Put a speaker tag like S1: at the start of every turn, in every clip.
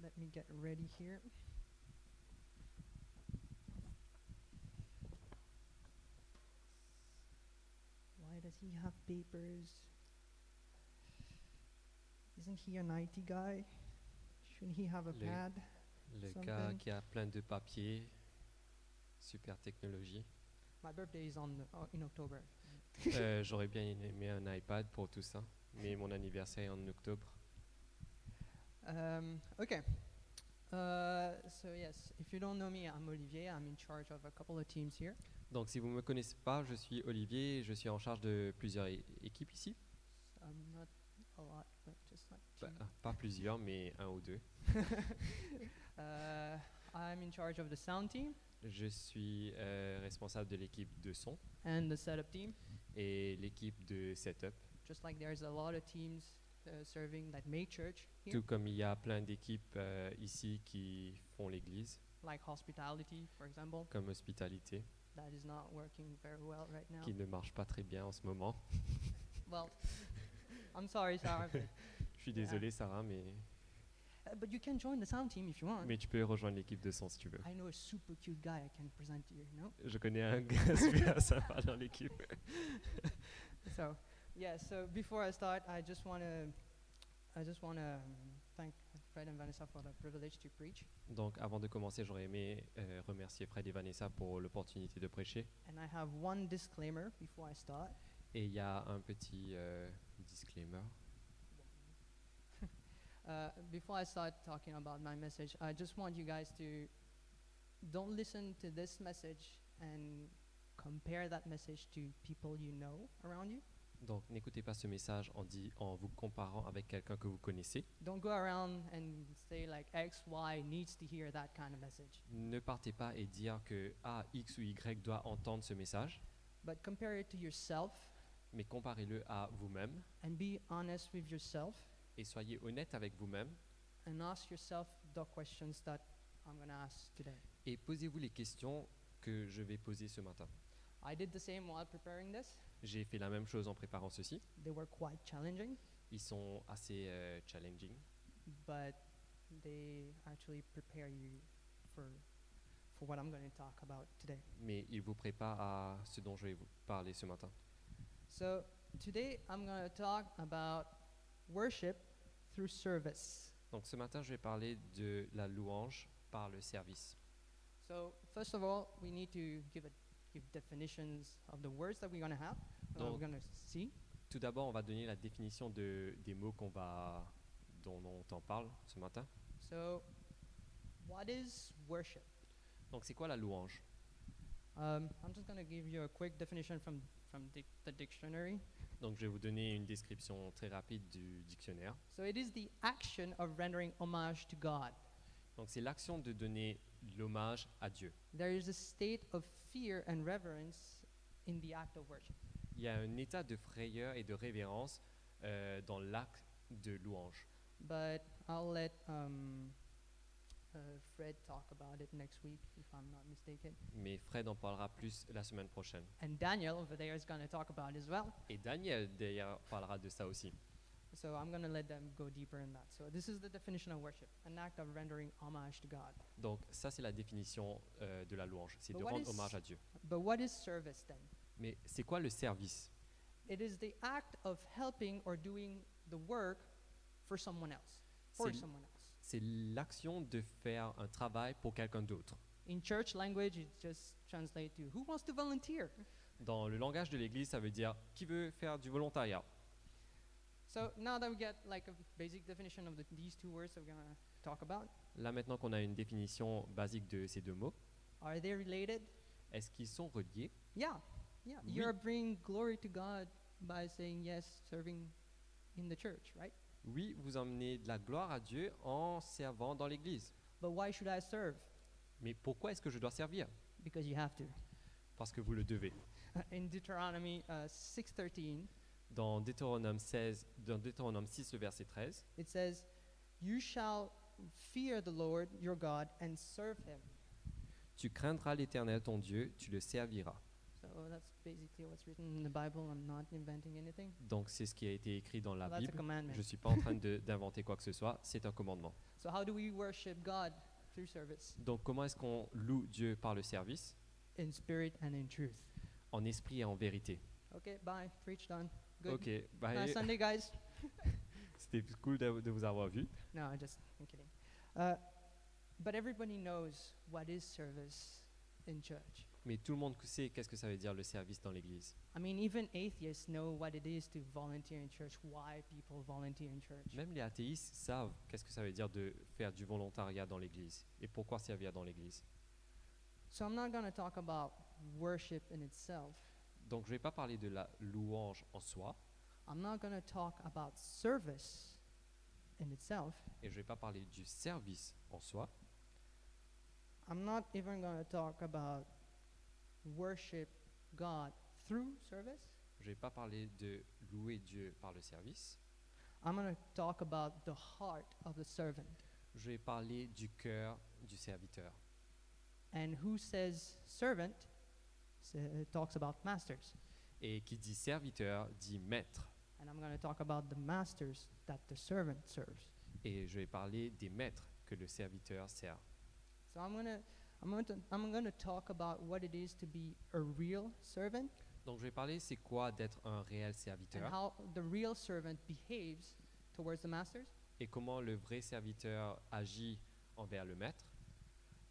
S1: Let me get ready here. Why does he have papers? Isn't he an IT guy? Shouldn't he have a
S2: Le-
S1: pad?
S2: Le gars
S1: Something.
S2: qui a plein de papiers, super technologie.
S1: My birthday is on uh, in October.
S2: Euh, J'aurais bien aimé un iPad pour tout ça, mais mon anniversaire est en octobre.
S1: Um, okay. Uh, so yes, if you don't know me, I'm Olivier. I'm in charge of a couple of teams here.
S2: Donc si vous ne me connaissez pas, je suis Olivier, je suis en charge de plusieurs é- équipes ici.
S1: I'm not a lot, but just like
S2: Bah,
S1: two.
S2: pas plusieurs, mais un ou deux.
S1: Uh, I'm in charge of the sound team
S2: Je suis euh, responsable de l'équipe de son
S1: and the setup team.
S2: et l'équipe de setup.
S1: Just like there's a lot of teams uh, serving that make church here,
S2: Tout comme il y a plein d'équipes euh, ici qui font l'église,
S1: like hospitality, for example,
S2: comme hospitalité,
S1: that is not working very well right now.
S2: qui ne marche pas très bien en ce moment.
S1: Well, I'm sorry, Sarah, but,
S2: Je suis
S1: Yeah.
S2: désolé Sarah, mais,
S1: uh, but you can join the sound team if you want.
S2: mais tu peux rejoindre l'équipe de son si tu veux.
S1: I know a super cute guy I can present to you. You know.
S2: Je connais un gars super sympa dans l'équipe.
S1: So, yeah. So before I start, I just want to, I just want to thank Fred and Vanessa for the privilege to preach,
S2: Donc avant de commencer, j'aurais aimé euh, remercier Fred et Vanessa pour l'opportunité de prêcher.
S1: and I have one disclaimer before I start.
S2: Et il y a un petit euh, disclaimer.
S1: Uh, before I start talking about my message, I just want you guys to don't listen to this message and compare that message to people you know around you.
S2: Donc n'écoutez pas ce message en, dit, en vous comparant avec quelqu'un que vous connaissez.
S1: Don't go around and say like X, Y needs to hear that kind of message.
S2: Ne partez pas et dire que A, X ou Y doit entendre ce message,
S1: But compare it to yourself
S2: mais comparez-le à vous-même
S1: and be honest with yourself
S2: et soyez honnête avec vous-même
S1: and ask yourself the questions that I'm going to ask today.
S2: et posez-vous les questions que je vais poser ce matin.
S1: I did the same while preparing this.
S2: J'ai fait la même chose en préparant ceci.
S1: They were quite challenging,
S2: Ils sont assez euh, challenging,
S1: but they actually prepare you for for what I'm going to talk about today.
S2: mais ils vous préparent à ce dont je vais vous parler ce matin.
S1: So, today I'm going to talk about worship through service.
S2: Donc ce matin, je vais parler de la louange par le service.
S1: So, first of all, we need to give a give definitions of the words that we're going to have. that we're
S2: Donc-
S1: going to see.
S2: Tout d'abord, on va donner la définition de, des mots qu'on va, dont on t'en parle ce matin.
S1: So, what is worship?
S2: Donc c'est quoi la louange
S1: Um, I'm just going to give you a quick definition from, from dic- the dictionary.
S2: Donc je vais vous donner une description très rapide du dictionnaire.
S1: So, it is the action of rendering homage to God.
S2: Donc c'est l'action de donner l'hommage à Dieu.
S1: There is a state of fear and reverence in the act of worship.
S2: Il y a un état de frayeur et de révérence euh, dans l'acte de louange.
S1: But I'll let um, uh, Fred talk about it next week, if I'm not mistaken.
S2: Mais Fred en parlera plus la semaine prochaine.
S1: And Daniel over there is going to talk about it as well.
S2: Et Daniel, d'ailleurs, parlera de ça aussi.
S1: So, I'm going to let them go deeper in that. So, this is the definition of worship an act of rendering homage to God.
S2: Donc ça, c'est la définition euh, de la louange, c'est
S1: But
S2: de
S1: what
S2: rendre
S1: is-
S2: hommage à Dieu.
S1: But what is service then?
S2: Mais c'est quoi le service
S1: It is the act of helping or doing the work for someone else, for
S2: C'est-
S1: someone else.
S2: C'est l'action de faire un travail pour quelqu'un d'autre.
S1: In church language, it just translates to who wants to volunteer?
S2: Dans le langage de l'Église, ça veut dire qui veut faire du volontariat.
S1: So now that we get like a basic definition of the, these two words that we're gonna talk about,
S2: Là maintenant qu'on a une définition basique de ces deux mots,
S1: are they related?
S2: est-ce qu'ils sont reliés
S1: Yeah, yeah.
S2: Oui.
S1: You're bringing glory to God by saying yes, serving in the church, right?
S2: Oui, vous emmenez de la gloire à Dieu en servant dans l'Église.
S1: But why should I serve?
S2: Mais pourquoi est-ce que je dois servir
S1: Because you have to.
S2: Parce que vous le devez.
S1: in Deuteronomy uh, 6:13,
S2: Dans Deutéronome 16, dans Deutéronome 6, le verset 13,
S1: It says, You shall fear the Lord your God and serve him.
S2: tu craindras l'Éternel ton Dieu, tu le serviras.
S1: So that's basically what's written in the Bible. I'm not inventing anything.
S2: Donc c'est ce qui a été écrit dans la
S1: So that's a
S2: Bible.
S1: commandment.
S2: Je suis pas en train de- d'inventer quoi que ce soit, c'est un commandement.
S1: So how do we worship God through service?
S2: Donc comment est-ce qu'on loue Dieu par le service
S1: In spirit and in truth.
S2: En esprit et en vérité.
S1: Okay, bye. Preach done. Good.
S2: Ok,
S1: Nice
S2: bye.
S1: Sunday, guys.
S2: C'était cool de, de vous avoir vu.
S1: No, I'm just I'm kidding. Uh, but everybody knows what is service in church.
S2: Mais tout le monde sait qu'est-ce que ça veut dire le service dans l'Église.
S1: I mean, even atheists know what it is to volunteer in church, why people volunteer in church.
S2: Même les athéistes savent qu'est-ce que ça veut dire de faire du volontariat dans l'Église et pourquoi servir dans l'Église.
S1: So I'm not going to talk about worship in itself.
S2: Donc je ne vais pas parler de la louange en soi
S1: I'm not going to talk about service in itself.
S2: et je ne vais pas parler du service en soi.
S1: I'm not even going to talk about worship God through service.
S2: Je ne vais pas parler de louer Dieu par le service.
S1: I'm going to talk about the heart of the servant.
S2: Je vais parler du cœur du serviteur.
S1: And who says servant sa- talks about masters.
S2: Et qui dit serviteur dit maître.
S1: And I'm going to talk about the masters that the servant serves.
S2: Et je vais parler des maîtres que le serviteur sert.
S1: So I'm going to I'm going to I'm going to talk about what it is to be a real servant
S2: Donc je vais parler c'est quoi d'être un réel
S1: and
S2: serviteur
S1: how the real servant behaves towards the masters.
S2: et comment le vrai serviteur agit envers le maître.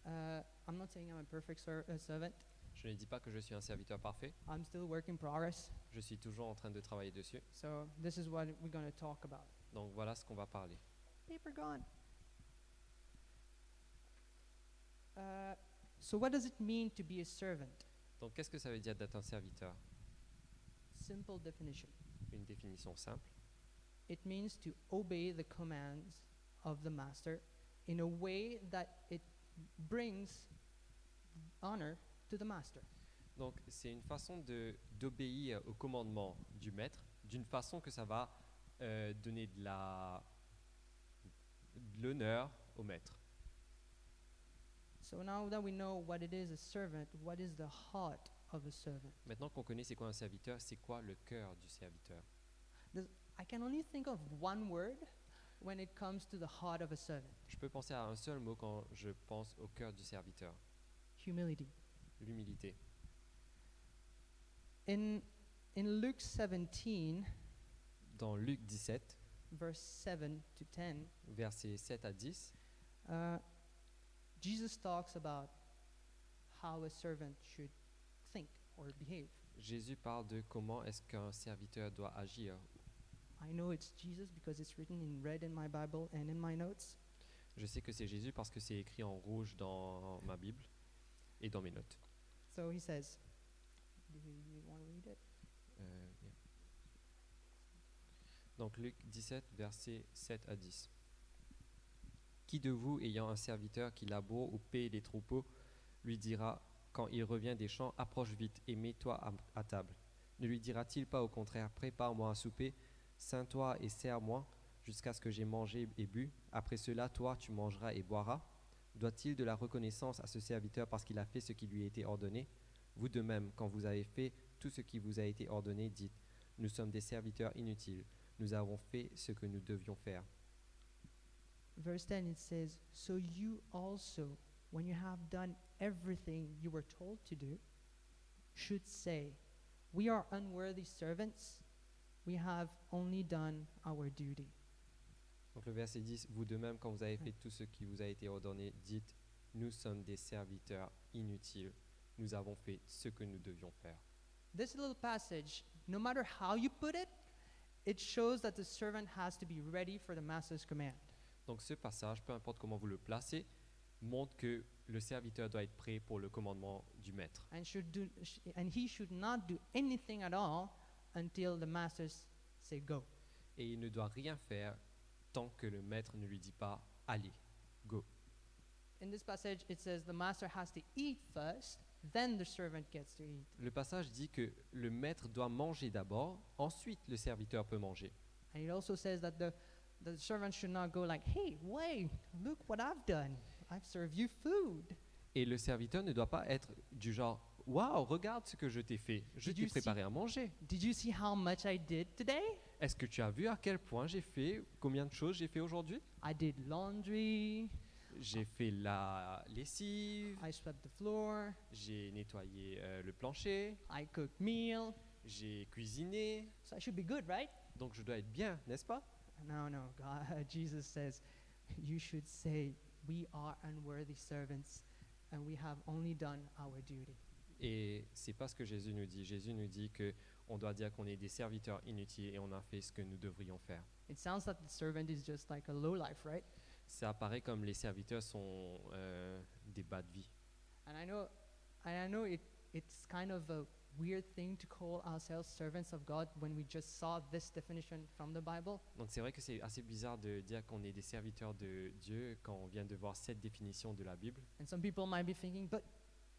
S1: Uh, I'm not saying I'm a perfect ser- uh, servant.
S2: Je ne dis pas que je suis un serviteur parfait,
S1: I'm still work in progress.
S2: je suis toujours en train de travailler dessus.
S1: So this is what we're going to talk about.
S2: Donc voilà ce qu'on va parler.
S1: Paper gone. Uh, so what does it mean to be a servant?
S2: Donc qu'est-ce que ça veut dire d'être un serviteur
S1: Simple definition.
S2: Une définition simple.
S1: It means to obey the commands of the master in a way that it brings honor to the master.
S2: Donc c'est une façon de- d'obéir au commandement du maître d'une façon que ça va euh, donner de la- de l'honneur au maître.
S1: So now that we know what it is a servant, what is the heart of a servant?
S2: Maintenant qu'on connaît c'est quoi un serviteur, c'est quoi le cœur du serviteur
S1: I can only think of one word when it comes to the heart of a servant
S2: Je peux penser à un seul mot quand je pense au cœur du serviteur,
S1: humility.
S2: l'humilité.
S1: In, in Luke 17,
S2: Dans Luc 17,
S1: verse 7 to 10,
S2: versets 7 à 10,
S1: uh, Jesus talks about how a servant should think or behave.
S2: Jésus parle de comment est-ce qu'un serviteur doit agir.
S1: I know it's Jesus because it's written in red in my Bible and in my notes.
S2: Je sais que c'est Jésus parce que c'est écrit en rouge dans ma Bible et dans mes notes.
S1: So he says, Do you want to read it?
S2: Euh, yeah. Donc Luc 17, versets 7 à 10. Qui de vous, ayant un serviteur qui laboure ou paie les troupeaux, lui dira, quand il revient des champs, approche vite et mets-toi à, à table Ne lui dira-t-il pas au contraire, prépare-moi un souper, ceins-toi et sers-moi, jusqu'à ce que j'ai mangé et bu, après cela, toi, tu mangeras et boiras Doit-il de la reconnaissance à ce serviteur parce qu'il a fait ce qui lui était ordonné Vous de même, quand vous avez fait tout ce qui vous a été ordonné, dites, nous sommes des serviteurs inutiles, nous avons fait ce que nous devions faire.
S1: Verse 10, it says, So you also, when you have done everything you were told to do, should say, We are unworthy servants. We have only done our duty.
S2: Donc le verset 10, vous de même, quand vous avez fait tout ce qui vous a été ordonné, dites, nous sommes des serviteurs inutiles, nous avons fait ce que nous devions faire.
S1: This little passage, no matter how you put it, it shows that the servant has to be ready for the master's command.
S2: Donc ce passage, peu importe comment vous le placez, montre que le serviteur doit être prêt pour le commandement du maître.
S1: and should do sh- and he should not do anything at all until the masters say go
S2: Et il ne doit rien faire tant que le maître ne lui dit pas, allez, go.
S1: in this passage it says the master has to eat first then the servant gets to eat
S2: Le passage dit que le maître doit manger d'abord, ensuite le serviteur peut manger.
S1: and it also says that the the servant should not go like hey wait look what i've done i've served you food
S2: Et le serviteur ne doit pas être du genre Waouh, regarde ce que je t'ai fait. Je
S1: Did
S2: t'ai
S1: you see-
S2: préparé à manger.
S1: Did you see how much I did today?
S2: Est-ce que tu as vu à quel point j'ai fait, combien de choses j'ai fait aujourd'hui
S1: I did laundry,
S2: J'ai fait la lessive,
S1: I swept the floor,
S2: j'ai nettoyé euh, le plancher,
S1: I cooked meal.
S2: j'ai cuisiné.
S1: So I should be good, right?
S2: Donc je dois être bien, n'est-ce pas
S1: No, no. God, Jesus says, you should say, we are unworthy servants and we have only done our duty.
S2: Et c'est pas ce que Jésus nous dit. Jésus nous dit que on doit dire qu'on est des serviteurs inutiles et on a fait ce que nous devrions faire.
S1: It sounds like the servant is just like a low life, right?
S2: Ça apparaît comme les serviteurs sont euh, des bas de vie.
S1: And I know, and I know it, it's kind of a weird thing to call ourselves servants of God when we just saw this definition from the Bible.
S2: Donc c'est vrai que c'est assez bizarre de dire qu'on est des serviteurs de Dieu quand on vient de voir cette définition de la Bible.
S1: And some people might be thinking, but,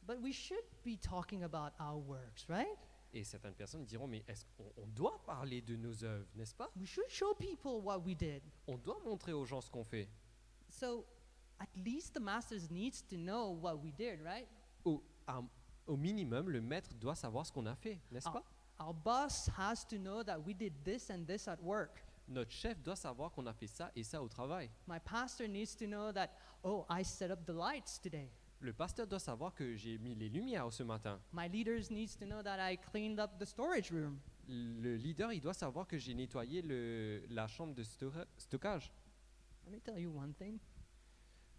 S1: but we should be talking about our works, right?
S2: Et certaines personnes diront, mais est-ce qu'on on doit parler de nos œuvres, n'est-ce pas
S1: We should show people what we did.
S2: On doit montrer aux gens ce qu'on fait.
S1: So at least the masters needs to know what we did, right?
S2: Au, à- au minimum, le maître doit savoir ce qu'on a fait, n'est-ce
S1: Ah.
S2: pas
S1: Our boss has to know that we did this and this at work.
S2: Notre chef doit savoir qu'on a fait ça et ça au travail.
S1: My pastor needs to know that, oh, I set up the lights today.
S2: Le pasteur doit savoir que j'ai mis les lumières ce matin.
S1: My leaders needs to know that I cleaned up the storage room.
S2: Le leader, il doit savoir que j'ai nettoyé le- la chambre de stora- stockage.
S1: Let me tell you one thing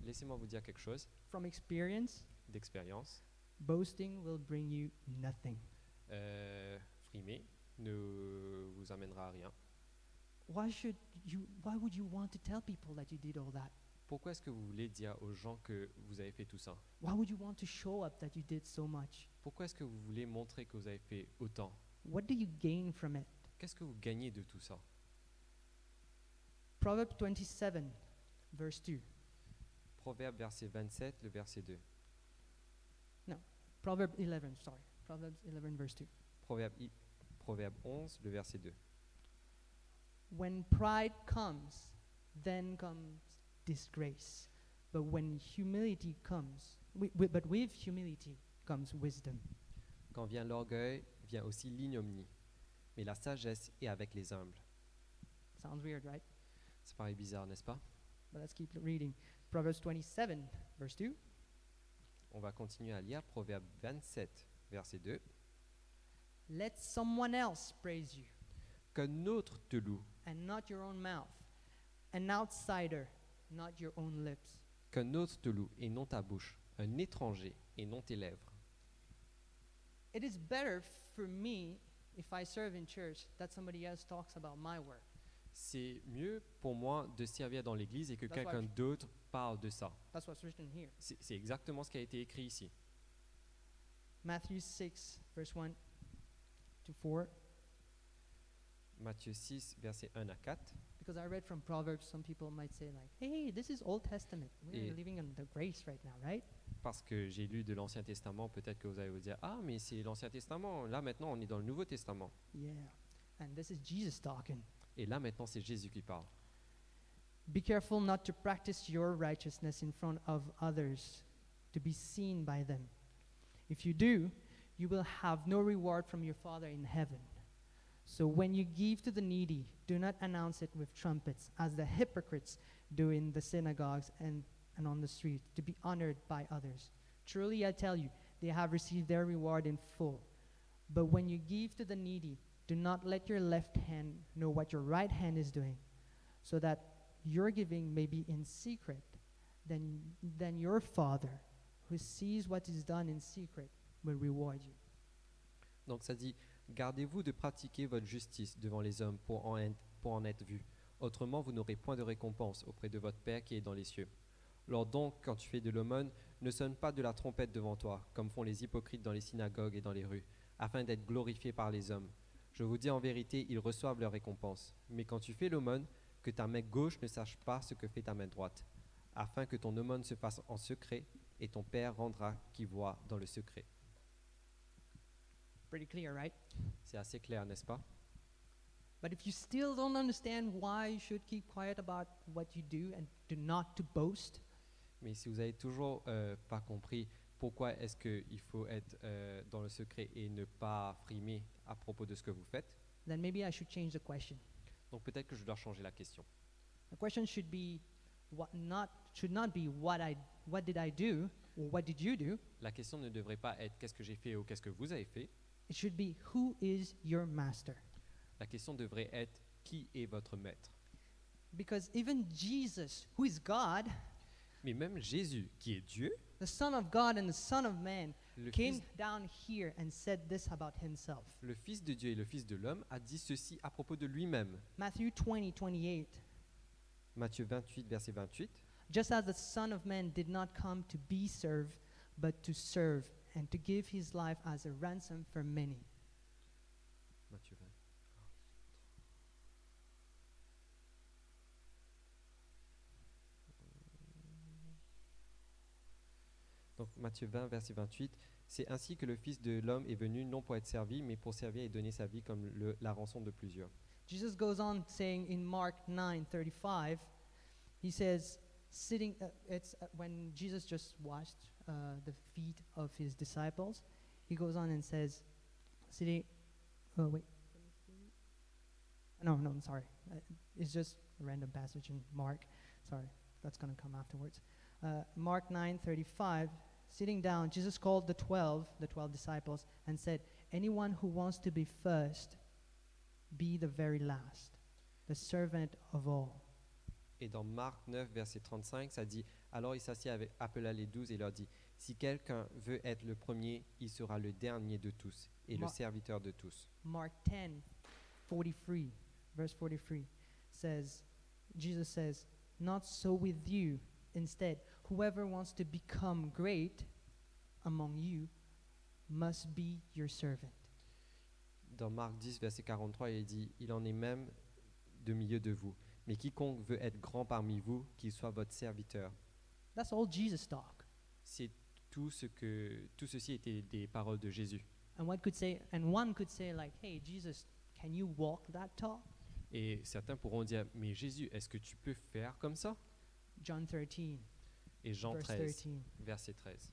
S2: Laissez-moi vous dire quelque chose
S1: from experience,
S2: d'expérience.
S1: boasting will bring you nothing.
S2: Euh, frimer ne vous amènera à rien.
S1: Why should you why would you want to tell people that you did all that?
S2: Pourquoi est-ce que vous voulez dire aux gens que vous avez fait tout ça
S1: Why would you want to show up that you did so much?
S2: Pourquoi est-ce que vous voulez montrer que vous avez fait autant
S1: What do you gain from it?
S2: Qu'est-ce que vous gagnez de tout ça
S1: Proverbs 27 verse 2.
S2: Proverbe verset 27, le verset 2.
S1: Proverb 11, sorry. Proverbs 11 verse 2.
S2: Proverbe, i- Proverbe 11, le verset 2.
S1: When pride comes, then comes disgrace. But when humility comes, wi- wi- but with humility comes wisdom.
S2: Quand vient l'orgueil, vient aussi l'ignominie. Mais la sagesse est avec les humbles.
S1: Sounds weird, right?
S2: Ça paraît bizarre, n'est-ce pas
S1: But let's keep reading. Proverbs 27, verse 2.
S2: On va continuer à lire Proverbe 27, verset 2.
S1: Let someone else praise you,
S2: Qu'un autre te loue,
S1: and not your own mouth, an outsider, not your own lips.
S2: qu'un autre te loue et non ta bouche, un étranger et non tes lèvres.
S1: It is better for me if I serve in church that somebody else talks about my work.
S2: C'est mieux pour moi de servir dans l'Église et que
S1: That's why
S2: quelqu'un
S1: I-
S2: d'autre parle de ça.
S1: That's what's written here.
S2: C'est c'est exactement ce qui a été écrit ici.
S1: Matthew 6, verse 1 to 4.
S2: Matthieu 6, verset 1 à 4.
S1: Because I read from Proverbs, some people might say, like, hey, this is Old Testament. We're
S2: Yeah.
S1: living on the grace right now, right?
S2: Parce que j'ai lu de l'Ancien Testament, peut-être que vous allez vous dire, ah, mais c'est l'Ancien Testament. Là, maintenant, on est dans le Nouveau Testament.
S1: Yeah. And this is Jesus talking.
S2: Et là, maintenant, c'est Jésus qui parle.
S1: Be careful not to practice your righteousness in front of others, to be seen by them. If you do, you will have no reward from your Father in heaven. So when you give to the needy, do not announce it with trumpets, as the hypocrites do in the synagogues and, and on the street, to be honored by others. Truly I tell you, they have received their reward in full. But when you give to the needy, do not let your left hand know what your right hand is doing, so that your giving may be in secret, then, then your Father, who sees what is done in secret, will reward you.
S2: Donc ça dit, gardez-vous de pratiquer votre justice devant les hommes pour en, être- pour en être vu. Autrement, vous n'aurez point de récompense auprès de votre Père qui est dans les cieux. Lors donc, quand tu fais de l'aumône, ne sonne pas de la trompette devant toi, comme font les hypocrites dans les synagogues et dans les rues, afin d'être glorifiés par les hommes. Je vous dis en vérité, ils reçoivent leur récompense. Mais quand tu fais l'aumône, que ta main gauche ne sache pas ce que fait ta main droite, afin que ton aumône se fasse en secret, et ton Père rendra qui voit dans le secret.
S1: Pretty clear, right?
S2: C'est assez clair, n'est-ce pas
S1: But if you still don't understand why you should keep quiet about what you do and do not to boast,
S2: Mais si vous avez toujours euh, pas compris Pourquoi est-ce qu'il faut être euh, dans le secret et ne pas frimer à propos de ce que vous faites
S1: then maybe I should change the question.
S2: Donc peut-être que je dois changer la question.
S1: The question should be what not should not be what I what did I do or what did you do?
S2: La question ne devrait pas être qu'est-ce que j'ai fait ou qu'est-ce que vous avez fait.
S1: It should be who is your master?
S2: La question devrait être qui est votre maître.
S1: Because even Jesus, who is God,
S2: Mais même Jésus, qui est Dieu,
S1: the Son of God and the Son of Man,
S2: le
S1: came
S2: fils,
S1: down here and said this about himself.
S2: le Fils de Dieu et le Fils de l'homme, a dit ceci à propos de lui-même.
S1: Matthew 20, 28.
S2: Matthieu 28, verset 28.
S1: Just as the Son of Man did not come to be served, but to serve and to give his life as a ransom for many.
S2: Matthieu 20. Donc Matthieu 20, verset 28, c'est ainsi que le Fils de l'homme est venu non pour être servi, mais pour servir et donner sa vie comme le- la rançon de plusieurs.
S1: Jesus goes on saying in Mark 9:35, he says, sitting, uh, it's uh, when Jesus just washed uh, the feet of his disciples. He goes on and says, sitting, oh wait, no, no, I'm sorry, uh, it's just a random passage in Mark. Sorry, that's gonna come afterwards. Uh, Mark 9:35, sitting down, Jesus called the twelve, the twelve disciples, and said, "Anyone who wants to be first be the very last, the servant of all.
S2: Et dans Marc 9, verset 35, ça dit Alors il s'assit, avec, appela les douze et leur dit Si quelqu'un veut être le premier, il sera le dernier de tous et le
S1: Moi-
S2: serviteur de tous.
S1: Mark 10, 43, verse 43 says, Jesus says, Not so with you. Instead, whoever wants to become great among you must be your servant.
S2: Dans Marc 10, verset 43, il dit Il en est même de milieu de vous. Mais quiconque veut être grand parmi vous, qu'il soit votre serviteur.
S1: That's all Jesus talk.
S2: C'est tout ce que tout ceci était des paroles de Jésus.
S1: And what could say and one could say like, Hey Jesus, can you walk that talk?
S2: Et certains pourront dire Mais Jésus, est-ce que tu peux faire comme ça
S1: John 13,
S2: Et Jean
S1: verse
S2: 13,
S1: 13.
S2: verset 13.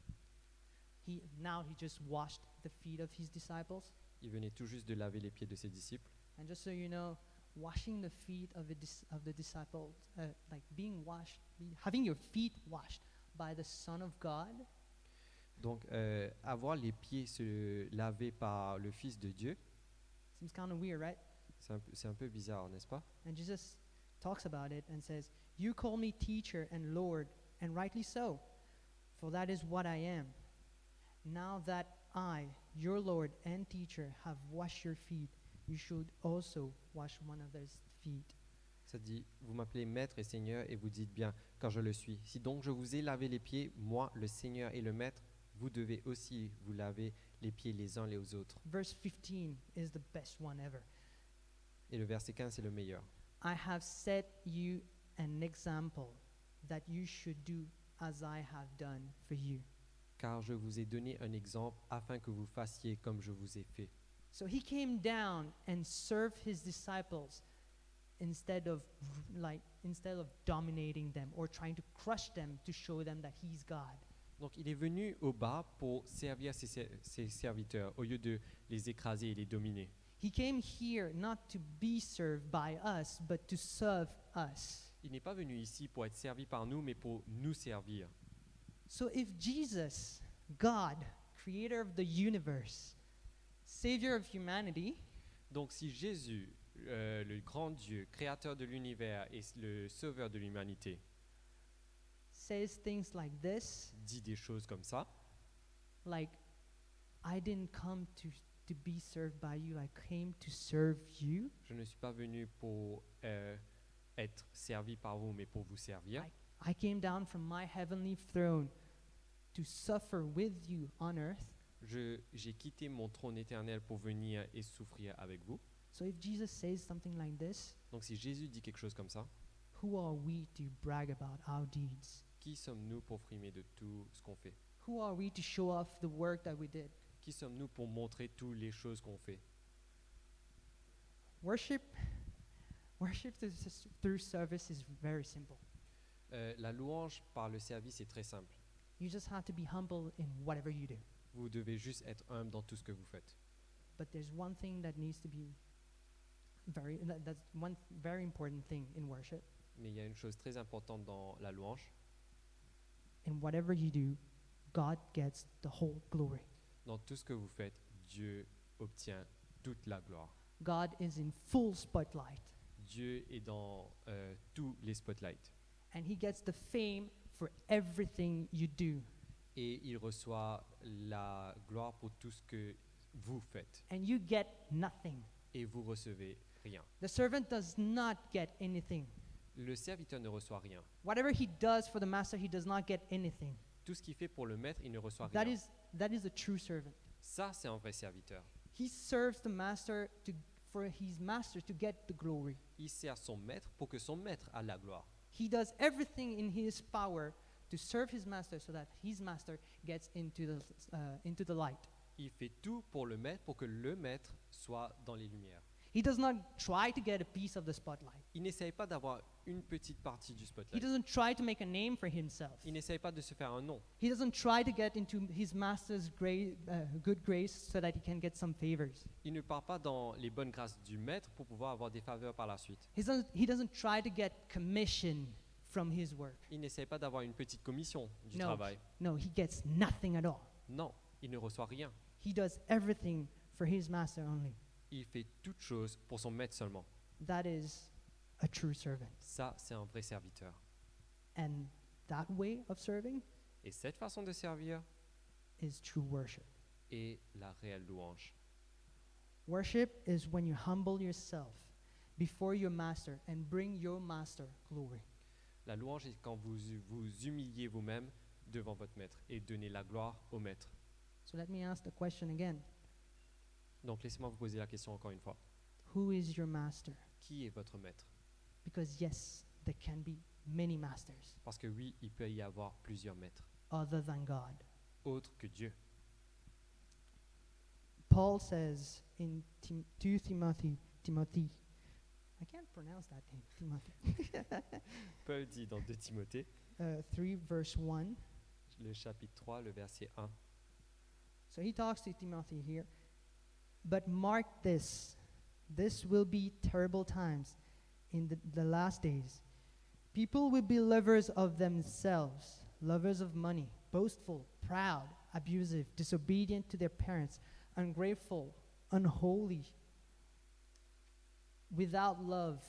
S1: He now he just washed the feet of his disciples.
S2: Il venait tout juste de laver les pieds de ses disciples.
S1: And just so you know, washing the feet of the, dis- of the disciples, uh, like being washed, be- having your feet washed by the Son of God,
S2: Donc, euh, avoir les pieds se laver par le Fils de Dieu,
S1: seems kind of weird, right?
S2: c'est un, peu- c'est un peu bizarre, n'est-ce pas
S1: And Jesus talks about it and says, You call me teacher and Lord, and rightly so, for that is what I am. Now that I, your Lord and teacher, have washed your feet, you should also wash one another's feet.
S2: Ça dit, vous m'appelez Maître et Seigneur et vous dites bien, car je le suis. Si donc je vous ai lavé les pieds, moi, le Seigneur et le Maître, vous devez aussi vous laver les pieds les uns les autres.
S1: Verse 15 is the best one ever.
S2: Et le verset 15, c'est le meilleur.
S1: I have set you an example that you should do as I have done for you.
S2: Car je vous ai donné un exemple afin que vous fassiez comme je vous ai fait.
S1: So he came down and served his disciples instead of like instead of dominating them or trying to crush them to show them that he's God.
S2: Donc il est venu au bas pour servir ses, ser- ses serviteurs, au lieu de les écraser et les dominer.
S1: He came here not to be served by us, but to serve us.
S2: Il n'est pas venu ici pour être servi par nous, mais pour nous servir.
S1: So if Jesus, God, creator of the universe, savior of humanity,
S2: Donc si Jésus, euh, le grand Dieu, créateur de l'univers et s- le sauveur de l'humanité,
S1: says things like this,
S2: dit des choses comme ça,
S1: like i didn't come to to be served by you i came to serve you
S2: je ne suis pas venu pour euh, être servi par vous, mais pour vous servir.
S1: i came down from my heavenly throne to suffer with you on earth
S2: Je- J'ai quitté mon trône éternel pour venir et souffrir avec vous.
S1: so if jesus says something like this
S2: Donc si Jésus dit quelque chose comme ça,
S1: who are we to brag about our deeds
S2: qui sommes-nous pour frimer de tout ce qu'on fait
S1: who are we to show off the work that we did
S2: Qui sommes-nous pour montrer toutes les choses qu'on fait
S1: worship worship through s- through service is very simple
S2: Euh, La louange par le service est très simple.
S1: You just have to be humble in whatever you do.
S2: Vous devez juste être humble dans tout ce que vous faites.
S1: But there's one thing that needs to be very, that, that's one very important thing in worship.
S2: Mais il y a une chose très importante dans la louange.
S1: In whatever you do, God gets the whole glory.
S2: Dans tout ce que vous faites, Dieu obtient toute la gloire.
S1: God is in full spotlight,
S2: Dieu est dans euh, tous les spotlights.
S1: and He gets the fame for everything you do.
S2: Et il reçoit la gloire pour tout ce que vous faites.
S1: And you get nothing.
S2: Et vous recevez rien.
S1: The servant does not get anything.
S2: Le serviteur ne reçoit rien.
S1: Whatever he does for the master, he does not get anything.
S2: Tout ce qu'il fait pour le maître, il ne reçoit
S1: That
S2: rien.
S1: is, that is a true servant.
S2: Ça, c'est un vrai serviteur.
S1: He serves the master to, for his master to get the glory.
S2: Il sert son maître pour que son maître a la gloire.
S1: He does everything in his power to serve his master so that his master gets into the, uh, into the light.
S2: Il fait tout pour le maître pour que le maître soit dans les lumières.
S1: He does not try to get a piece of the spotlight.
S2: Il n'essaye pas d'avoir une petite partie du
S1: He
S2: spotlight.
S1: doesn't try to make a name for himself.
S2: Il n'essaye pas de se faire un nom.
S1: He doesn't try to get into his master's gra- uh, good grace so that he can get some favors.
S2: Il ne part pas dans les bonnes grâces du maître pour pouvoir avoir des faveurs par la suite.
S1: He doesn't, he doesn't try to get commission from his work.
S2: Il n'essaye pas d'avoir une petite commission du
S1: No.
S2: travail.
S1: No, he gets nothing at all.
S2: Non, il ne reçoit rien.
S1: He does everything for his master only.
S2: Il fait toute chose pour son maître seulement.
S1: That is a true servant.
S2: Ça, c'est un vrai serviteur.
S1: And that way of serving
S2: Et cette façon de servir
S1: is true worship.
S2: est la réelle louange.
S1: Worship is when you humble yourself before your master and bring your master glory.
S2: La louange est quand vous vous humiliez vous-même devant votre maître et donnez la gloire au maître.
S1: So let me ask the question again
S2: Donc laissez-moi vous poser la question encore une fois.
S1: Who is your master?
S2: Qui est votre maître
S1: Because, yes, there can be many masters
S2: Parce que oui, il peut y avoir plusieurs maîtres,
S1: other than God.
S2: autres que Dieu.
S1: Paul says in Tim- 2 Timothy, Timothy, I can't pronounce that name, Timothy,
S2: Paul dit dans 2 Timothée,
S1: uh, 3 verse 1.
S2: le chapitre 3, le verset 1.
S1: So he talks to Timothy here. But mark this this will be terrible times in the, the last days. People will be lovers of themselves, lovers of money, boastful, proud, abusive, disobedient to their parents, ungrateful, unholy, without love,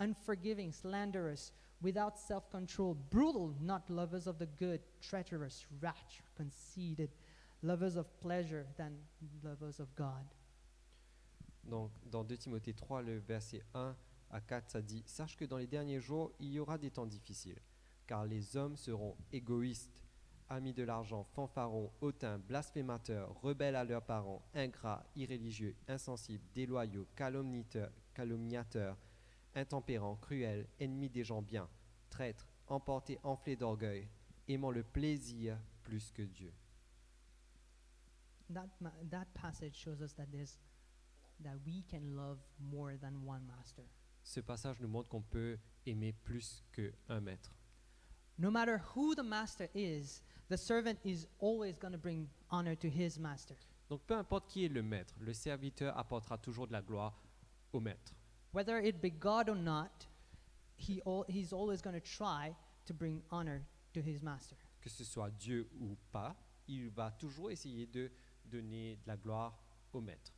S1: unforgiving, slanderous, without self control, brutal, not lovers of the good, treacherous, rash, conceited lovers of pleasure than lovers of God.
S2: Donc dans 2 Timothée 3, le verset 1 à 4, ça dit, Sache que dans les derniers jours, il y aura des temps difficiles, car les hommes seront égoïstes, amis de l'argent, fanfarons, hautains, blasphémateurs, rebelles à leurs parents, ingrats, irréligieux, insensibles, déloyaux, calomniteurs, calomniateurs, intempérants, cruels, ennemis des gens bien, traîtres, emportés, enflés d'orgueil, aimant le plaisir plus que Dieu.
S1: That, ma- that passage shows us that there's that we can love more than one master.
S2: Ce passage nous montre qu'on peut aimer plus qu'un maître.
S1: No matter who the master is, the servant is always going to bring honor to his master.
S2: Donc peu importe qui est le maître, le serviteur apportera toujours de la gloire au maître.
S1: Whether it be God or not, he al- he's always going to try to bring honor to his master.
S2: Que ce soit Dieu ou pas, il va toujours essayer de donner de la gloire au maître.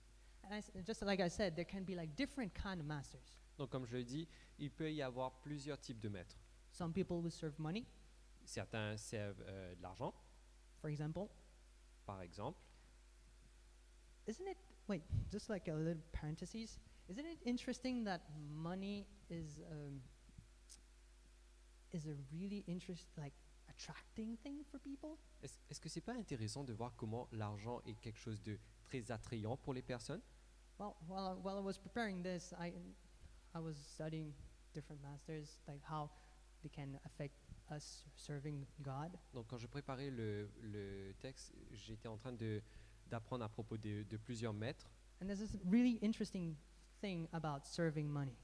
S1: And I s- just like I said, there can be like different kind of masters.
S2: Donc comme je le dis, il peut y avoir plusieurs types de maîtres.
S1: Some people will serve money,
S2: Certains servent euh, de l'argent,
S1: for example.
S2: par exemple.
S1: isn't it wait just like a little parenthesis isn't it interesting that money is um, is a really interest like attracting thing for people
S2: Est-ce est-ce que c'est pas intéressant de voir comment l'argent est quelque chose de très attrayant pour les personnes
S1: well while I, while I was preparing this i i was studying different masters like how they can affect us serving god
S2: Donc quand je préparais le, le texte, j'étais en train de- d'apprendre à propos de- de plusieurs maîtres.
S1: and there's this really interesting thing about serving money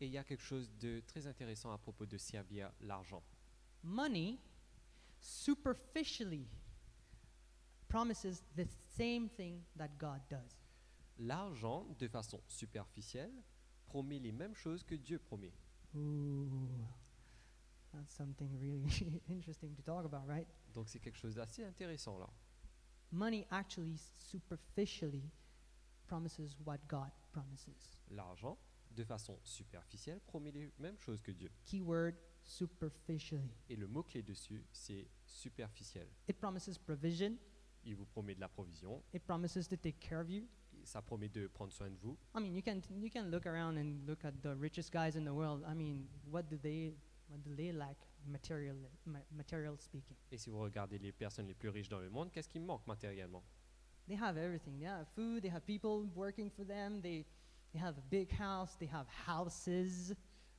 S2: Et il y a quelque chose de très intéressant à propos de servir l'argent.
S1: money superficially promises the same thing that God does.
S2: L'argent, de façon superficielle, promet les mêmes choses que Dieu promet.
S1: Ooh, that's something really interesting to talk about, right?
S2: Donc c'est quelque chose d'assez intéressant là.
S1: Money actually superficially promises what God promises.
S2: L'argent, de façon superficielle, promet les mêmes choses que Dieu.
S1: Keyword superficially.
S2: Et le mot-clé dessus, c'est superficiel.
S1: It promises provision,
S2: Il vous promet de la provision,
S1: it promises to take care of you.
S2: ça promet de prendre soin de vous.
S1: I mean, you can you can look around and look at the richest guys in the world. I mean, what do they what do they lack material ma- material speaking?
S2: Et si vous regardez les personnes les plus riches dans le monde, qu'est-ce qui manque matériellement
S1: They have everything. They have food. They have people working for them. They they have a big house. They have houses.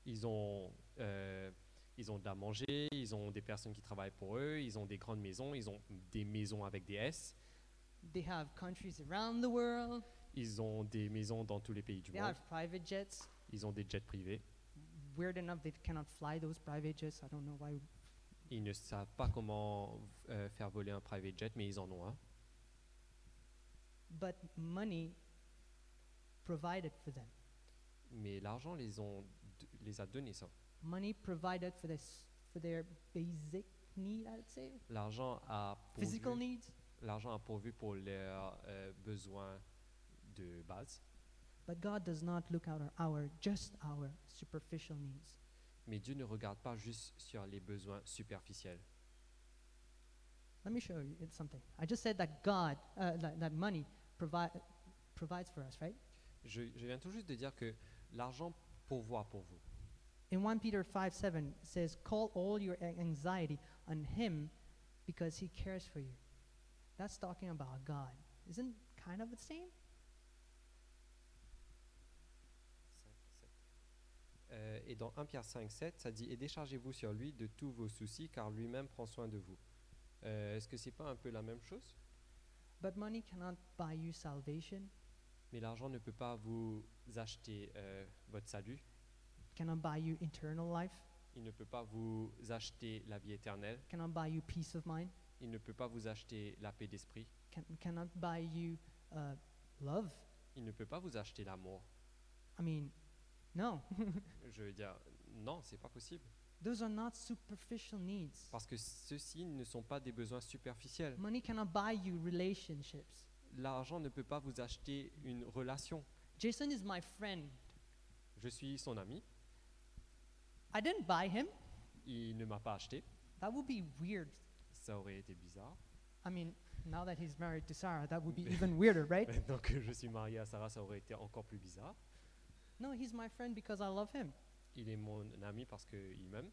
S2: ils ont, euh, ils ont de la manger, ils ont des personnes qui travaillent pour eux, ils ont des grandes maisons, ils ont des maisons avec des S,
S1: They have countries around the world.
S2: ils ont des maisons dans tous les pays du
S1: They
S2: monde,
S1: have private jets.
S2: ils ont des jets privés.
S1: Weird enough, they cannot fly those private jets. I don't know why.
S2: Ils ne savent pas comment euh, faire voler un private jet, mais ils en ont un.
S1: But money provided for them.
S2: Mais l'argent les, ont, les a donnés ça.
S1: Money provided for this for their basic need. I'd say
S2: L'argent a
S1: physical
S2: pourvu,
S1: needs.
S2: l'argent a pourvu pour leurs euh, besoins de base.
S1: But God does not look at our, our just our superficial needs.
S2: Mais Dieu ne regarde pas juste sur les besoins superficiels.
S1: Let me show you it's something. I just said that God, uh, that, that money provi- provides for us, right?
S2: Je, je viens tout juste de dire que l'argent pourvoit pour vous.
S1: In 1 Peter 5 7, it says, Call all your an- anxiety on Him because He cares for you. That's talking about God. Isn't kind of the same?
S2: Euh, et dans 1 Pierre 5, 7, ça dit Et déchargez-vous sur lui de tous vos soucis, car lui-même prend soin de vous. Euh, Est-ce que c'est pas un peu la même chose
S1: But money cannot buy you salvation,
S2: Mais l'argent ne peut pas vous acheter euh, votre salut
S1: cannot buy you eternal life,
S2: il ne peut pas vous acheter la vie éternelle
S1: cannot buy you peace of mind,
S2: il ne peut pas vous acheter la paix d'esprit
S1: can, cannot buy you uh, love.
S2: il ne peut pas vous acheter l'amour.
S1: I mean, no.
S2: Je veux dire, non, c'est pas possible.
S1: Those are not superficial needs.
S2: Parce que ceux-ci ne sont pas des besoins superficiels.
S1: Money cannot buy you relationships.
S2: L'argent ne peut pas vous acheter une relation.
S1: Jason is my friend.
S2: Je suis son ami,
S1: I didn't buy him.
S2: il ne m'a pas acheté,
S1: That would be weird.
S2: ça aurait été bizarre.
S1: I mean, now that he's married to Sarah, that would be even weirder, right?
S2: Maintenant que je suis marié à Sarah, ça aurait été encore plus bizarre.
S1: No, he's my friend because I love him.
S2: Il est mon ami parce qu'il m'aime,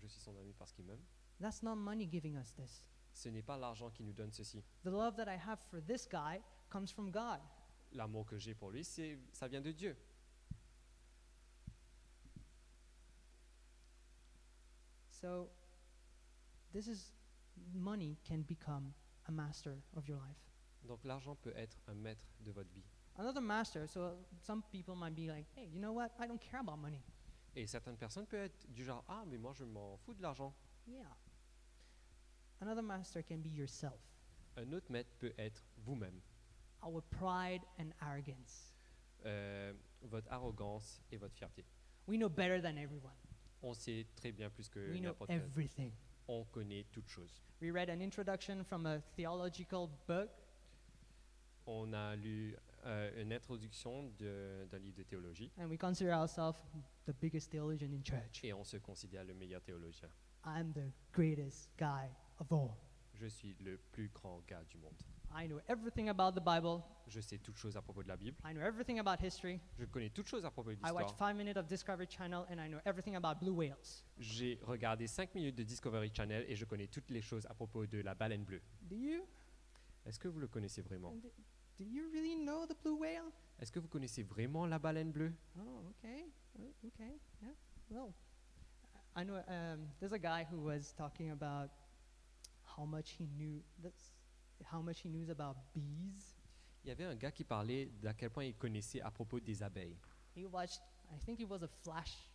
S2: je suis son ami parce qu'il m'aime.
S1: That's not money giving us this.
S2: Ce n'est pas l'argent qui nous donne ceci.
S1: The love that I have for this guy comes from God.
S2: L'amour que j'ai pour lui, c'est, ça vient de Dieu.
S1: So, this is money can become a master of your life.
S2: Donc l'argent peut être un maître de votre vie.
S1: Another master, so some people might be like, hey, you know what? I don't care about money.
S2: Et certaines personnes peuvent être du genre Ah, mais moi je m'en fous de l'argent.
S1: Yeah. Another master can be yourself,
S2: Un autre maître peut être vous-même,
S1: our pride and arrogance.
S2: Euh, votre arrogance et votre fierté.
S1: We know better than everyone.
S2: On sait très bien plus que
S1: We know
S2: n'importe quel.
S1: everything.
S2: On connaît toutes choses.
S1: We read an introduction from a theological book,
S2: On a lu euh, une introduction de- d'un livre de théologie
S1: and we consider ourselves the biggest theologian in church.
S2: et on se considère le meilleur théologien.
S1: I'm the greatest guy of all.
S2: Je suis le plus grand gars du monde.
S1: I know everything about the Bible.
S2: Je sais toutes choses à propos de la Bible.
S1: I know everything about history.
S2: Je connais toutes choses à propos de
S1: I watch
S2: l'histoire.
S1: five minutes of Discovery Channel, and I know everything about blue whales.
S2: J'ai regardé 5 minutes de Discovery Channel et je connais toutes les choses à propos de la baleine bleue.
S1: Do you?
S2: Est-ce que vous le connaissez vraiment
S1: And d- Do you really know the blue whale?
S2: Est-ce que vous connaissez vraiment la baleine bleue
S1: Oh, okay. Oh, Okay. Yeah. Well, I know um, there's a guy who was talking about how much he knew. That's how much he knew about bees.
S2: Il y avait un gars qui parlait d'à quel point il connaissait à propos des abeilles.
S1: He watched. I think it was a flash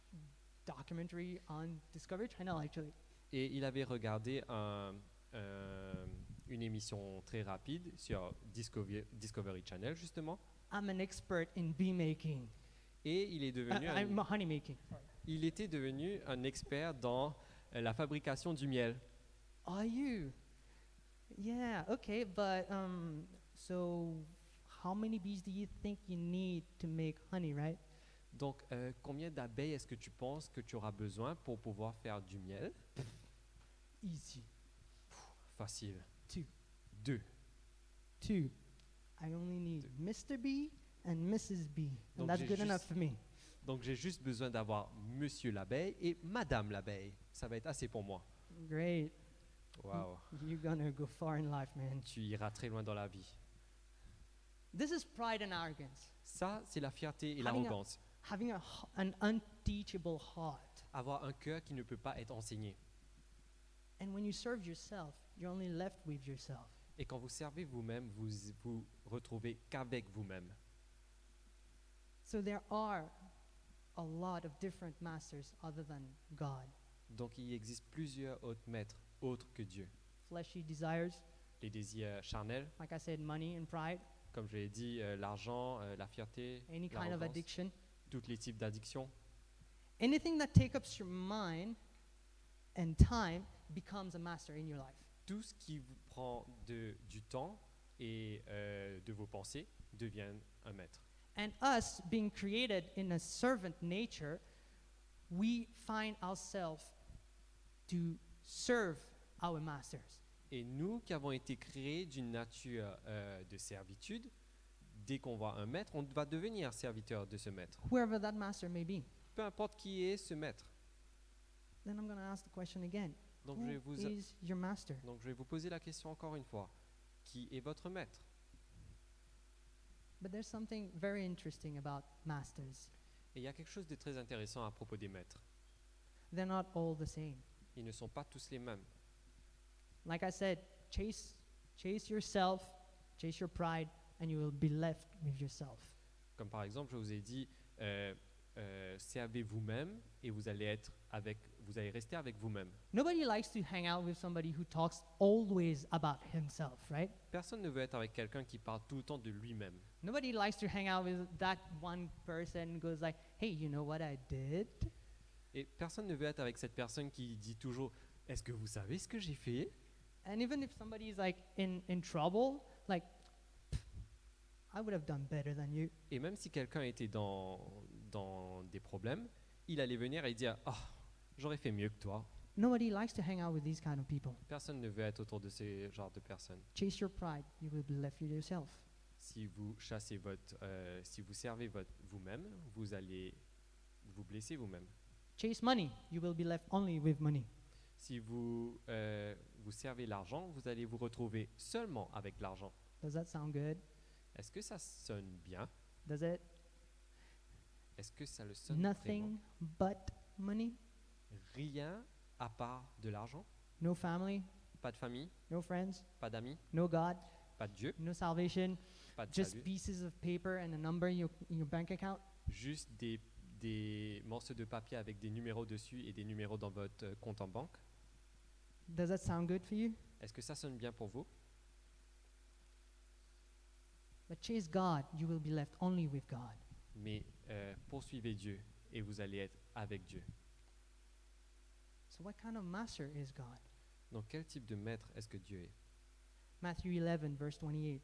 S1: documentary on Discovery Channel actually,
S2: Et il avait regardé un, euh, émission très rapide sur Discovery, Discovery Channel, justement.
S1: I'm an expert in bee making.
S2: Et Ah, il est
S1: Uh,
S2: devenu, un-
S1: I'm a honey making.
S2: il était devenu un expert dans euh, la fabrication du miel.
S1: Are you? Yeah, okay, but um, so how many bees do you think you need to make honey, right?
S2: Donc, euh, combien d'abeilles est-ce que tu penses que tu auras besoin pour pouvoir faire du miel
S1: Easy.
S2: Facile.
S1: Two.
S2: Deux.
S1: Two. I only need Mr. B and Mrs. B,
S2: Donc
S1: and that's
S2: j'ai
S1: good enough
S2: juste-
S1: for me.
S2: Donc, j'ai juste besoin d'avoir Monsieur l'abeille et Madame l'abeille. Ça va être assez pour moi.
S1: Great.
S2: Waouh.
S1: You're gonna go far in life, man.
S2: Tu iras très loin dans la vie.
S1: This is pride and arrogance.
S2: Ça, c'est la fierté et
S1: Having a-
S2: l'arrogance.
S1: Having a, h- an unteachable heart.
S2: Avoir un cœur qui ne peut pas être enseigné.
S1: And when you serve yourself, you're only left with yourself.
S2: Et quand vous servez vous-même, vous vous retrouvez qu'avec vous-même.
S1: So there are a lot of different masters other than God.
S2: Donc, il existe plusieurs autres maîtres, autres que Dieu.
S1: Fleshy desires,
S2: Les désirs charnels,
S1: like I said, money and pride,
S2: comme je l'ai dit, euh, l'argent, euh, la fierté,
S1: any kind of
S2: l'arrogance,
S1: addiction,
S2: tous les types d'addictions.
S1: anything that takes up your mind and time becomes a master in your life.
S2: tout ce qui vous prend de, du temps et euh, de vos pensées devient un maître.
S1: And us being created in a servant nature, we find ourselves to serve our masters.
S2: Et nous qui avons été créés d'une nature euh, de servitude, dès qu'on voit un maître, on va devenir serviteur de ce maître.
S1: whoever that master may be.
S2: Peu importe qui est ce maître.
S1: Then I'm going to ask the question again.
S2: Donc,
S1: Who
S2: je, vais vous,
S1: is your master?
S2: donc je vais vous poser la question encore une fois. Qui est votre maître
S1: But there's something very interesting about masters.
S2: Et il y a quelque chose de très intéressant à propos des maîtres.
S1: They're not all the same.
S2: Ils ne sont pas tous les mêmes.
S1: Like I said, chase chase yourself, chase your pride and you will be left with yourself.
S2: Comme par exemple, je vous ai dit, euh, euh, servez vous-même et vous allez être avec, vous allez rester avec vous-même.
S1: Nobody likes to hang out with somebody who talks always about himself, right?
S2: Personne ne veut être avec quelqu'un qui parle tout le temps de lui-même.
S1: Nobody likes to hang out with that one person who goes like, "Hey, you know what I did?"
S2: Et personne ne veut être avec cette personne qui dit toujours Est-ce que vous savez ce que j'ai fait
S1: And even if somebody is like in, in trouble, like, "Pff, I would have done better than you.
S2: Et même si quelqu'un était dans, dans des problèmes, il allait venir et dire Ah, j'aurais fait mieux que toi.
S1: Nobody likes to hang out with these kind of people.
S2: Personne ne veut être autour de ce genre de personnes.
S1: Chase your pride, you will be left with yourself.
S2: Si vous chassez votre. euh, si vous servez votre vous-même, vous allez vous blesser vous-même.
S1: Chase money, you will be left only with money.
S2: Si vous, euh, vous servez l'argent, vous allez vous retrouver seulement avec l'argent.
S1: Does that sound good?
S2: Est-ce que ça sonne bien
S1: Does it?
S2: Est-ce que ça le sonne vraiment
S1: Nothing but money.
S2: rien à part de l'argent,
S1: No family,
S2: pas de famille,
S1: no friends,
S2: pas d'amis,
S1: no God,
S2: pas de Dieu,
S1: no salvation,
S2: pas de
S1: just
S2: salut,
S1: pieces of paper and a number in your, in your bank account.
S2: juste des, des morceaux de papier avec des numéros dessus et des numéros dans votre euh, compte en banque.
S1: Does that sound good for you?
S2: Est-ce que ça sonne bien pour vous
S1: But chase God, you will be left only with God.
S2: Mais euh, poursuivez Dieu et vous allez être avec Dieu.
S1: So, what kind of master is God?
S2: Donc quel type de maître est-ce que Dieu est
S1: Matthew 11, verse 28.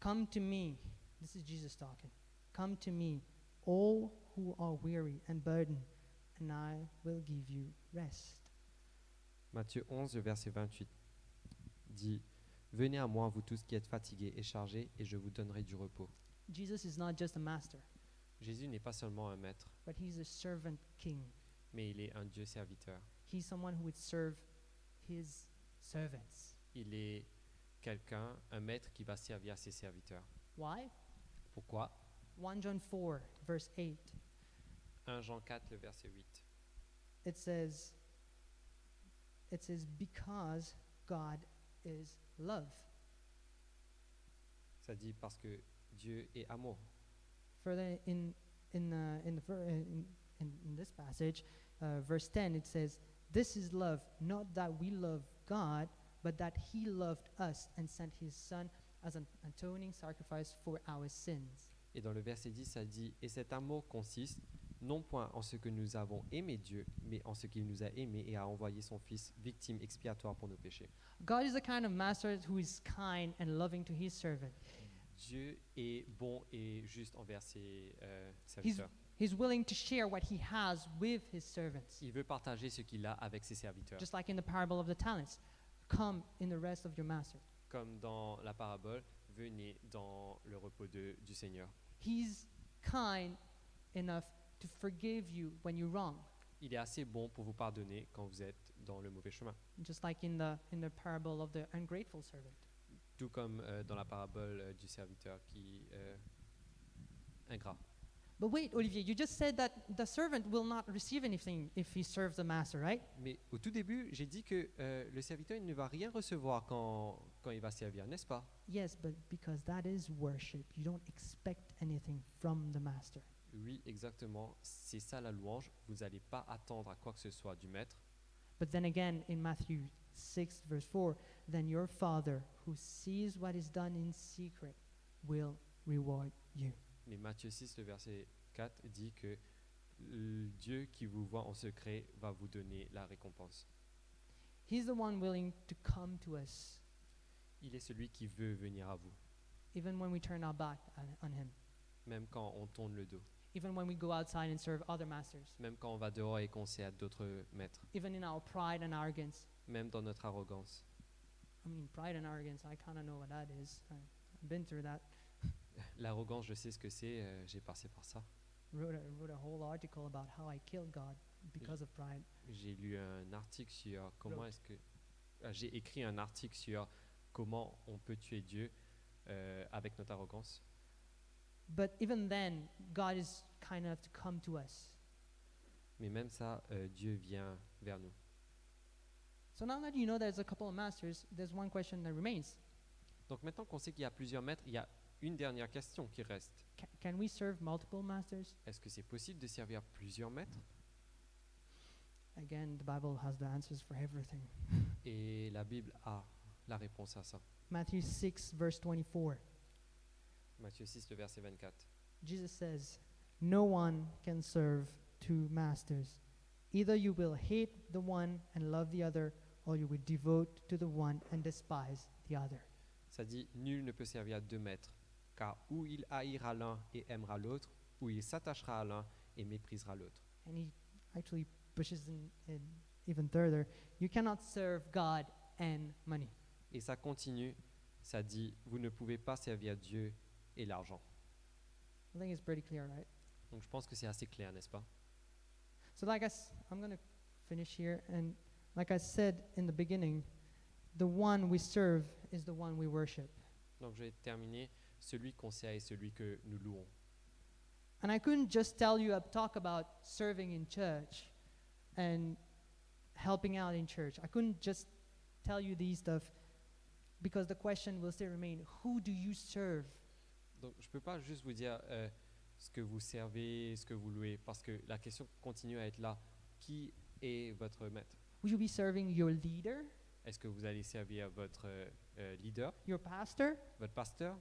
S1: Come to me, this is Jesus talking. Come to me, all who are weary and burdened, and I will give you rest.
S2: Matthieu 11, le verset 28 dit, Venez à moi, vous tous qui êtes fatigués et chargés, et je vous donnerai du repos.
S1: Jesus is not just a master,
S2: Jésus n'est pas seulement un maître,
S1: but he's a servant king.
S2: mais il est un Dieu serviteur.
S1: He's someone who would serve his servants.
S2: il est quelqu'un, un maître qui va servir à ses serviteurs.
S1: Why?
S2: Pourquoi
S1: 1 John 4, verse 8.
S2: 1 Jean 4, le verset 8.
S1: It says, it says, because God is love.
S2: Ça dit parce que Dieu est amour.
S1: Further in in uh, in the ver- uh, in, in, in this passage, uh, verse ten, it says, "This is love, not that we love God, but that he loved us and sent his Son as an atoning sacrifice for our sins.
S2: Et dans le verset 10, ça dit Et cet amour consiste non point en ce que nous avons aimé Dieu, mais en ce qu'il nous a aimés et a envoyé son Fils, victime expiatoire pour nos péchés.
S1: God is the kind of master who is kind and loving to his servant.
S2: Dieu est bon et juste envers ses euh,
S1: He's,
S2: serviteurs.
S1: he's willing to share what he has with his servants,
S2: Il veut partager ce qu'il a avec ses serviteurs.
S1: just like in the parable of the talents. Come in the rest of your master.
S2: Comme dans la parabole, venez dans le repos de- du Seigneur.
S1: He's kind enough to forgive you when you're wrong,
S2: Il est assez bon pour vous pardonner quand vous êtes dans le mauvais chemin.
S1: just like in the in the parable of the ungrateful servant.
S2: Tout comme euh, dans la parabole euh, du serviteur qui euh, ingrat.
S1: But wait, Olivier, you just said that the servant will not receive anything if he serves the master, right?
S2: Mais au tout début, j'ai dit que euh, le serviteur il ne va rien recevoir quand, quand il va servir, n'est-ce pas
S1: Yes, but because that is worship, you don't expect anything from the master.
S2: Oui, exactement. C'est ça la louange. Vous n'allez pas attendre à quoi que ce soit du maître.
S1: But then again, in Matthew 6, verse 4, then your Father who sees what is done in secret will reward you.
S2: Mais Matthieu 6, le verset 4 dit que le Dieu qui vous voit en secret va vous donner la récompense.
S1: He's the one willing to come to us
S2: Il est celui qui veut venir à vous,
S1: even when we turn our back on, on Him,
S2: même quand on tourne le dos,
S1: even when we go outside and serve other masters,
S2: même quand on va dehors et qu'on sert d'autres maîtres,
S1: even in our pride and arrogance.
S2: même dans notre arrogance.
S1: I mean, pride and arrogance, I kind of know what that is. I- I've been through that.
S2: L'arrogance, je sais ce que c'est, euh, j'ai passé par ça.
S1: Wrote a, wrote a whole article about how I killed God because of pride.
S2: J'ai lu un article sur comment est-ce que Ah, j'ai écrit un article sur comment on peut tuer Dieu euh, avec notre arrogance.
S1: But even then, God is kind enough to come to us.
S2: Mais même ça, euh, Dieu vient vers nous.
S1: So now that you know there's a couple of masters, there's one question that remains.
S2: Donc maintenant qu'on sait qu'il y a plusieurs maîtres, il y a une dernière question qui reste.
S1: Ca can we serve multiple masters?
S2: Est-ce que c'est possible de servir plusieurs maîtres
S1: Again, the Bible has the answers for everything.
S2: Et la Bible a la réponse à ça.
S1: Matthew 6, verse 24.
S2: Matthieu 6, le verset 24.
S1: Jesus says, No one can serve two masters. Either you will hate the one and love the other, or you will devote to the one and despise the other.
S2: Ça dit, nul ne peut servir à deux maîtres, car ou il haïra l'un et aimera l'autre, ou il s'attachera à l'un et méprisera l'autre.
S1: And he actually pushes in, in even further. You cannot serve God and money.
S2: Et ça continue, ça dit, vous ne pouvez pas servir Dieu et l'argent.
S1: I think it's pretty clear, right?
S2: Donc je pense que c'est assez clair, n'est-ce pas
S1: So, like I, s- I'm going to finish here. And like I said in the beginning, the one we serve is the one we worship.
S2: Donc je vais terminer, celui qu'on sert et celui que nous louons.
S1: And I couldn't just tell you, up talk about serving in church and helping out in church. I couldn't just tell you these stuff because the question will still remain who do you serve?
S2: Donc je ne peux pas juste vous dire euh, ce que vous servez, ce que vous louez, parce que la question continue à être là. Qui est votre maître
S1: Will you be serving your leader,
S2: Est-ce que vous allez servir votre euh, euh, leader,
S1: your pastor,
S2: votre pasteur,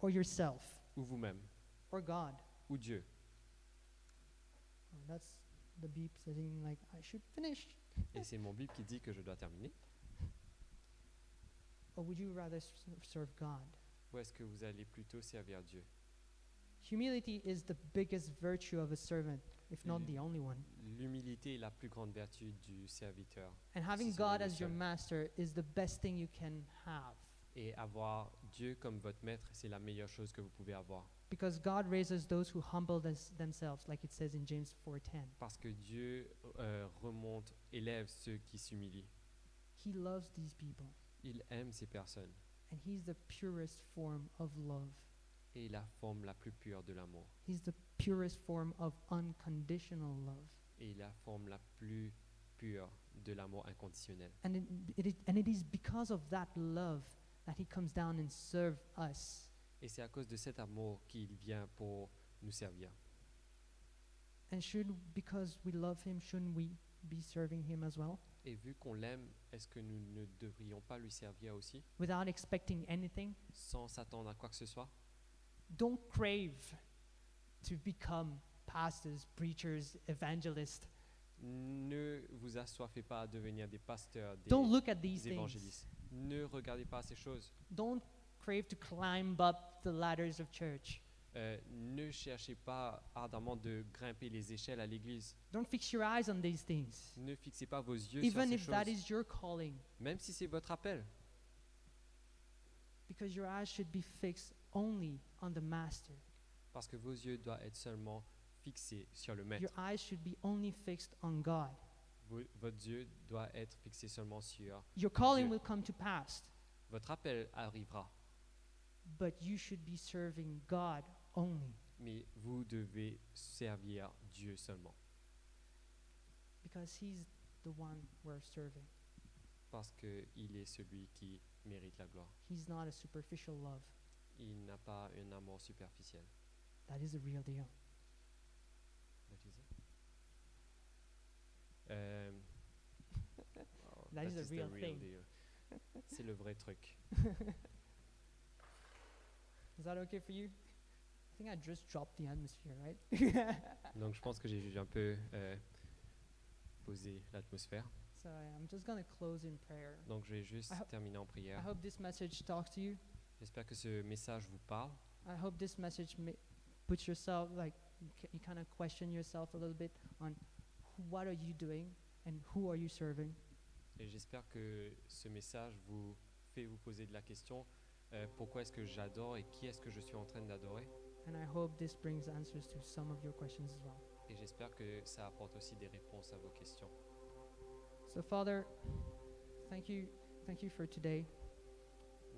S1: or yourself,
S2: ou vous-même,
S1: or God?
S2: ou Dieu
S1: Oh, that's the beep saying, like, I should finish.
S2: Et c'est mon Bible qui dit que je dois terminer.
S1: Or would you rather s- serve God?
S2: Ou est-ce que vous allez plutôt servir Dieu
S1: Humility is the biggest virtue of a servant, if not the only one.
S2: L'humilité est la plus grande vertu du serviteur.
S1: And having
S2: Sisimilis
S1: God as your
S2: servant.
S1: master is the best thing you can have.
S2: Et avoir Dieu comme votre maître, c'est la meilleure chose que vous pouvez avoir.
S1: Because God raises those who humble thes- themselves, like it says in James 4:10.
S2: Parce que Dieu euh, remonte, élève ceux qui s'humilient.
S1: He loves these people,
S2: Il aime ces personnes.
S1: and He's the purest form of love.
S2: Et la forme la plus pure de l'amour.
S1: He's the purest form of unconditional love,
S2: Et la forme la plus pure de l'amour inconditionnel.
S1: and it, it, is- and it is because of that love that He comes down and serves us.
S2: Et c'est à cause de cet amour qu'il vient pour nous servir.
S1: And should because we love Him, shouldn't we be serving Him as well?
S2: Et vu qu'on l'aime, est-ce que nous ne devrions pas lui servir aussi,
S1: without expecting anything.
S2: sans s'attendre à quoi que ce soit
S1: Don't crave to become pastors, preachers, evangelists.
S2: Ne vous assoiffez pas à devenir des pasteurs, des,
S1: Don't look at these
S2: des
S1: things.
S2: évangélistes. Ne regardez pas ces choses.
S1: Don't crave to climb up the ladders of church.
S2: Euh, ne cherchez pas ardemment de grimper les échelles à l'église.
S1: Don't fix your eyes on these things.
S2: Ne fixez pas vos yeux
S1: Even if
S2: sur ces
S1: that
S2: choses,
S1: is your calling,
S2: même si c'est votre appel.
S1: because your eyes should be fixed only on the Master.
S2: Parce que vos yeux doivent être seulement fixés sur le
S1: Your
S2: maître.
S1: eyes should be only fixed on God.
S2: Vo- votre yeux doit être fixé seulement sur
S1: Your calling
S2: Dieu.
S1: will come to pass,
S2: votre appel arrivera.
S1: but you should be serving God only
S2: Mais vous devez servir Dieu seulement.
S1: because He's the one we're serving.
S2: Parce qu'il est celui qui mérite la gloire.
S1: He's not a superficial love.
S2: Il n'a pas un amour superficiel.
S1: That is the real deal.
S2: Um, oh,
S1: That is the real thing.
S2: deal. C'est le vrai truc.
S1: Is that okay for you? I think I just dropped the atmosphere, right?
S2: Donc je pense que j'ai un peu euh, posé l'atmosphère.
S1: so I'm just going to close in prayer.
S2: Donc je vais juste
S1: I ho-
S2: terminer en
S1: I
S2: prière.
S1: hope this message talks to you.
S2: J'espère que ce message vous parle.
S1: I hope this message ma- puts yourself like you, ca- you kind of question yourself a little bit on wh- what are you doing and who are you serving.
S2: Et j'espère que ce message vous fait vous poser de la question euh, pourquoi est-ce que j'adore et qui est-ce que je suis en train d'adorer
S1: And I hope this brings answers to some of your questions as well.
S2: Et j'espère que ça apporte aussi des réponses à vos questions.
S1: So Father, thank you, thank you for today.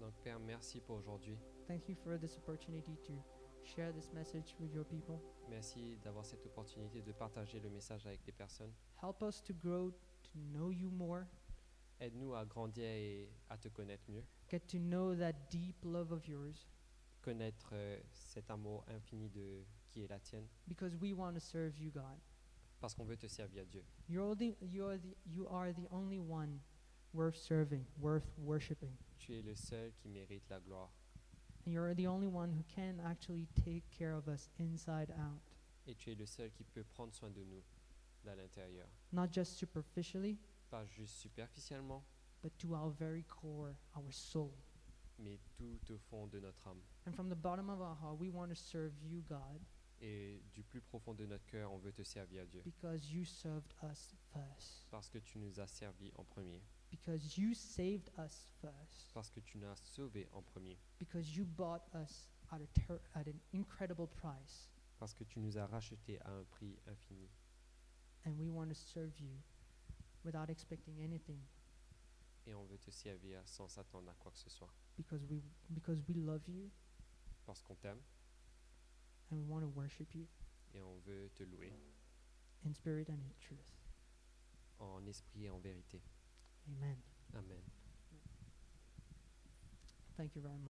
S2: Donc Père, merci pour aujourd'hui.
S1: Thank you for this opportunity to share this message with your people.
S2: Merci d'avoir cette opportunité de partager le message avec les personnes.
S1: Help us to grow to know you more,
S2: Aide-nous à grandir et à te connaître mieux,
S1: get to know that deep love of yours
S2: connaître euh, cet amour infini de qui est la tienne,
S1: because we want to serve you, God.
S2: parce qu'on veut te servir Dieu.
S1: You're the, you're the, you are the only one worth serving, worth worshiping.
S2: Tu es le seul qui mérite la gloire
S1: And you're the only one who can actually take care of us inside out,
S2: et tu es le seul qui peut prendre soin de nous d'à l'intérieur,
S1: not just superficially,
S2: pas juste superficiellement,
S1: but to our very core, our soul.
S2: mais tout au fond de notre âme.
S1: And from the bottom of our heart, we want to serve you, God,
S2: Et du plus profond de notre cœur, on veut te servir Dieu,
S1: because you served us first,
S2: parce que tu nous as servis en premier,
S1: because you saved us first,
S2: parce que tu nous as sauvés en premier,
S1: because you bought us at, a ter- at an incredible price.
S2: parce que tu nous as rachetés à un prix infini.
S1: And we want to serve you without expecting anything,
S2: et on veut te servir sans s'attendre à quoi que ce soit.
S1: because we, because we love you
S2: Parce qu'on t'aime
S1: and we want to worship you
S2: et on veut te louer
S1: in spirit and in truth.
S2: en esprit et en vérité.
S1: Amen.
S2: Amen.
S1: Thank you very much.